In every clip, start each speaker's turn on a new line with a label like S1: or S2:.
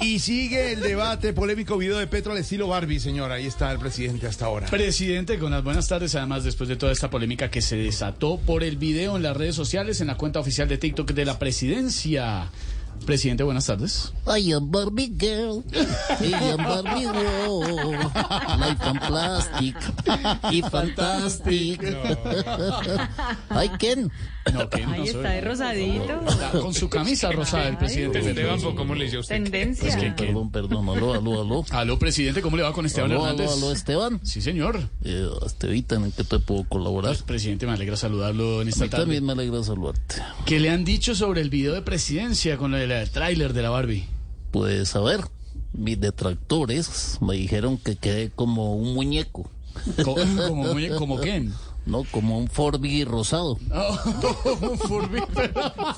S1: Y sigue el debate, polémico video de Petro al estilo Barbie, señora. Ahí está el presidente hasta ahora.
S2: Presidente, con las buenas tardes. Además, después de toda esta polémica que se desató por el video en las redes sociales, en la cuenta oficial de TikTok de la presidencia. Presidente, buenas tardes.
S3: I am Barbie girl, I am Barbie wow, life and plastic y fantastic. I can.
S2: No, que no
S4: Ahí
S2: soy.
S4: está de rosadito.
S2: Está Con su camisa rosada, el presidente. Petro.
S5: ¿cómo le dice a usted?
S4: Tendencia.
S2: que-
S3: Perdón, perdón, aló, aló, aló.
S2: Aló, presidente, ¿cómo le va con Esteban
S3: Aló,
S2: Hernández?
S3: aló, aló, Esteban.
S2: Sí, señor.
S3: Eh, Estevita, ¿en qué te puedo colaborar?
S2: Presidente, me alegra saludarlo en
S3: A mí
S2: esta tarde.
S3: también me alegra saludarte.
S2: ¿Qué le han dicho sobre el video de presidencia con lo del eh, tráiler de la Barbie?
S3: Pues a ver, mis detractores me dijeron que quedé como un muñeco,
S2: Co- como, muy- como Ken.
S3: ¿no? Como un Forbi rosado.
S2: Oh, un Furby, Ah,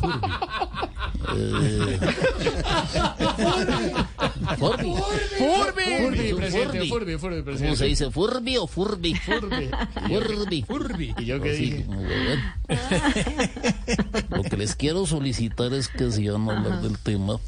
S3: Furby.
S2: Furby, presidente, Furby,
S3: Furby.
S2: Furby,
S3: ¿Cómo se
S2: presidente.
S3: dice? ¿Furby o Furby? Furby. Furby.
S2: ¿Y yo qué
S3: Así,
S2: dije?
S3: como bebé. Lo que les quiero solicitar es que si van a hablar del tema,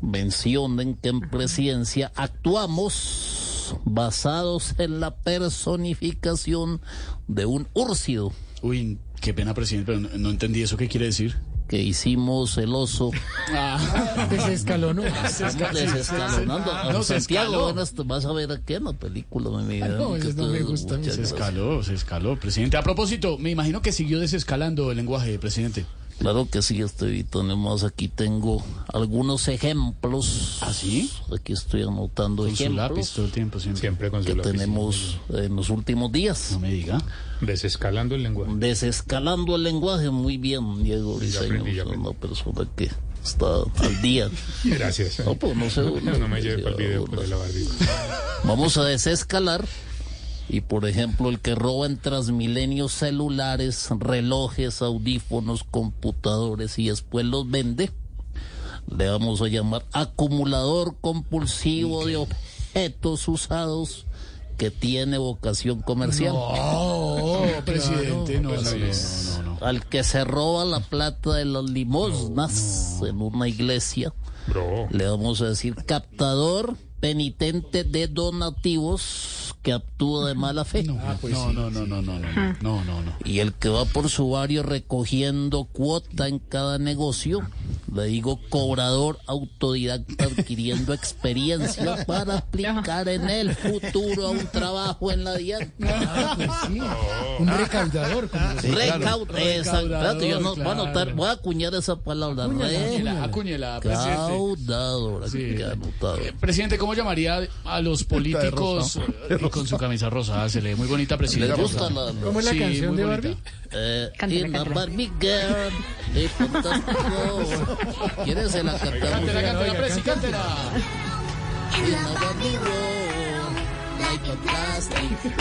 S3: mencionen que en presidencia actuamos basados en la personificación de un úrcido
S2: Uy, qué pena, presidente, pero no, no entendí eso. ¿Qué quiere decir?
S3: que hicimos el oso.
S2: Ah. Desescalonó.
S3: Estamos desescalonando.
S2: Ah, no, se
S3: Santiago,
S2: escaló.
S3: buenas, vas a ver aquí en la película, mi vida.
S2: no,
S3: que
S2: esas no
S3: tú-
S2: me gustan.
S3: muchas
S2: Se
S3: gracias.
S2: escaló, se escaló, presidente. A propósito, me imagino que siguió desescalando el lenguaje, presidente.
S3: Claro que sí, estoy tenemos aquí tengo algunos ejemplos.
S2: ¿Ah, sí?
S3: Aquí estoy anotando
S2: Con su lápiz
S3: ejemplos
S2: todo el tiempo, siempre.
S5: Siempre con su
S3: que
S5: lápiz.
S3: tenemos en los últimos días.
S2: No me diga.
S5: Desescalando el lenguaje.
S3: Desescalando el lenguaje, muy bien, Diego
S5: Ya
S3: Briseño,
S5: aprendí,
S3: es
S5: ya aprendí.
S3: una persona que está al día.
S5: Gracias.
S3: No, pues no sé.
S5: No, no me lleve para el video pues, de la Barbie.
S3: Vamos a desescalar. Y por ejemplo, el que roba en Transmilenio celulares, relojes, audífonos, computadores y después los vende, le vamos a llamar acumulador compulsivo de objetos usados que tiene vocación comercial.
S2: Oh, presidente, no, no, no, no, no.
S3: Al que se roba la plata de las limosnas en una iglesia,
S5: Bro.
S3: le vamos a decir captador penitente de donativos que actúa de mala fe.
S2: No, no, no, no, no, no, no, no, no, no.
S3: Y el que va por su barrio recogiendo cuota en cada negocio, le digo cobrador autodidacta adquiriendo experiencia para aplicar en el futuro a un trabajo en la DIAN.
S6: Un recaudador. Como los-
S3: Recaud- exacto, espérate, yo no- voy a
S2: claro.
S3: anotar- voy a acuñar esa palabra,
S2: Acuñela, acuñela, presidente.
S3: recaudador, aquí
S2: pues, Sí.
S3: queda anotado.
S2: Eh, Presidente, ¿cómo llamaría a los políticos eh, con su camisa rosada? Se le ve muy bonita,
S3: ¿Le
S2: presidente.
S3: gusta la,
S6: ¿Cómo es la
S2: Sí,
S6: canción
S2: muy
S6: de
S2: bonita.
S6: Barbie?
S3: Eh,
S4: Cántela,
S3: y la
S4: cántela.
S3: Barbie Girl, y fantástico. ¿Quieres se la cantamos?
S2: Cántela, cántela,
S6: Oiga,
S2: presi, cántela.
S3: In a Barbie world, like a plastic,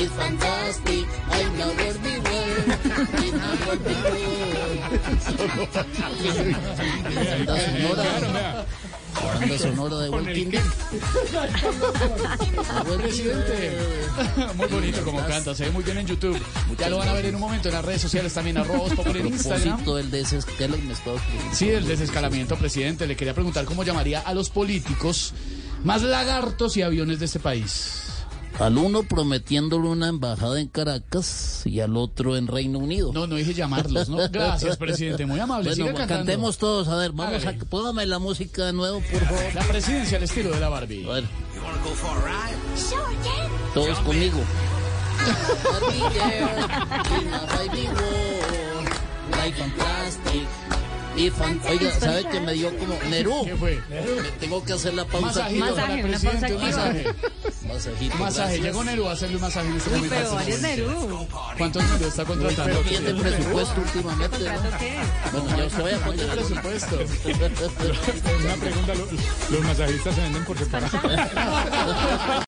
S3: it's fantastic. I'm a Barbie world, in a Barbie world. Banda sonora, banda sonora de Walking Dead.
S2: Presidente. Muy bonito como canta, se ve muy bien en YouTube. Ya lo van a ver en un momento en las redes sociales también, arroba por en Instagram.
S3: Propósito del desescalón, me estaba escribiendo.
S2: Sí, el desescalamiento, presidente. Le quería preguntar cómo llamaría a los políticos más lagartos y aviones de este país.
S3: Al uno prometiéndole una embajada en Caracas y al otro en Reino Unido.
S2: No, no dije llamarlos, ¿no? Gracias, presidente. Muy amable.
S3: Bueno,
S2: Siga
S3: pues,
S2: cantando.
S3: cantemos todos. A ver, vamos
S2: Hágale.
S3: a. Póngame la música de nuevo, por favor.
S2: La presidencia al estilo de la Barbie.
S3: A ver. Todos conmigo. Y fan- Oiga, ¿sabe que me dio como Nerú?
S2: ¿Qué fue?
S3: Me tengo que hacer la pausa.
S2: Masajito
S3: activa.
S2: para el
S4: Masaje, una pausa
S2: presidente, un
S4: activa.
S2: masaje.
S3: Masajito,
S2: Un Masaje.
S3: gracias.
S2: Llegó Neru a hacerle un masaje en este
S4: Uy,
S2: momento.
S4: pero
S2: al
S4: varios
S2: presidente.
S4: Nerú.
S2: ¿Cuántos Nerú está contratando?
S3: Tiene presupuesto últimamente. ¿no?
S4: ¿Contrato qué?
S3: Bueno, ya usted vaya a poner alguna.
S2: Presupuesto.
S5: Una pregunta, ¿lo- ¿los masajistas se venden por separado?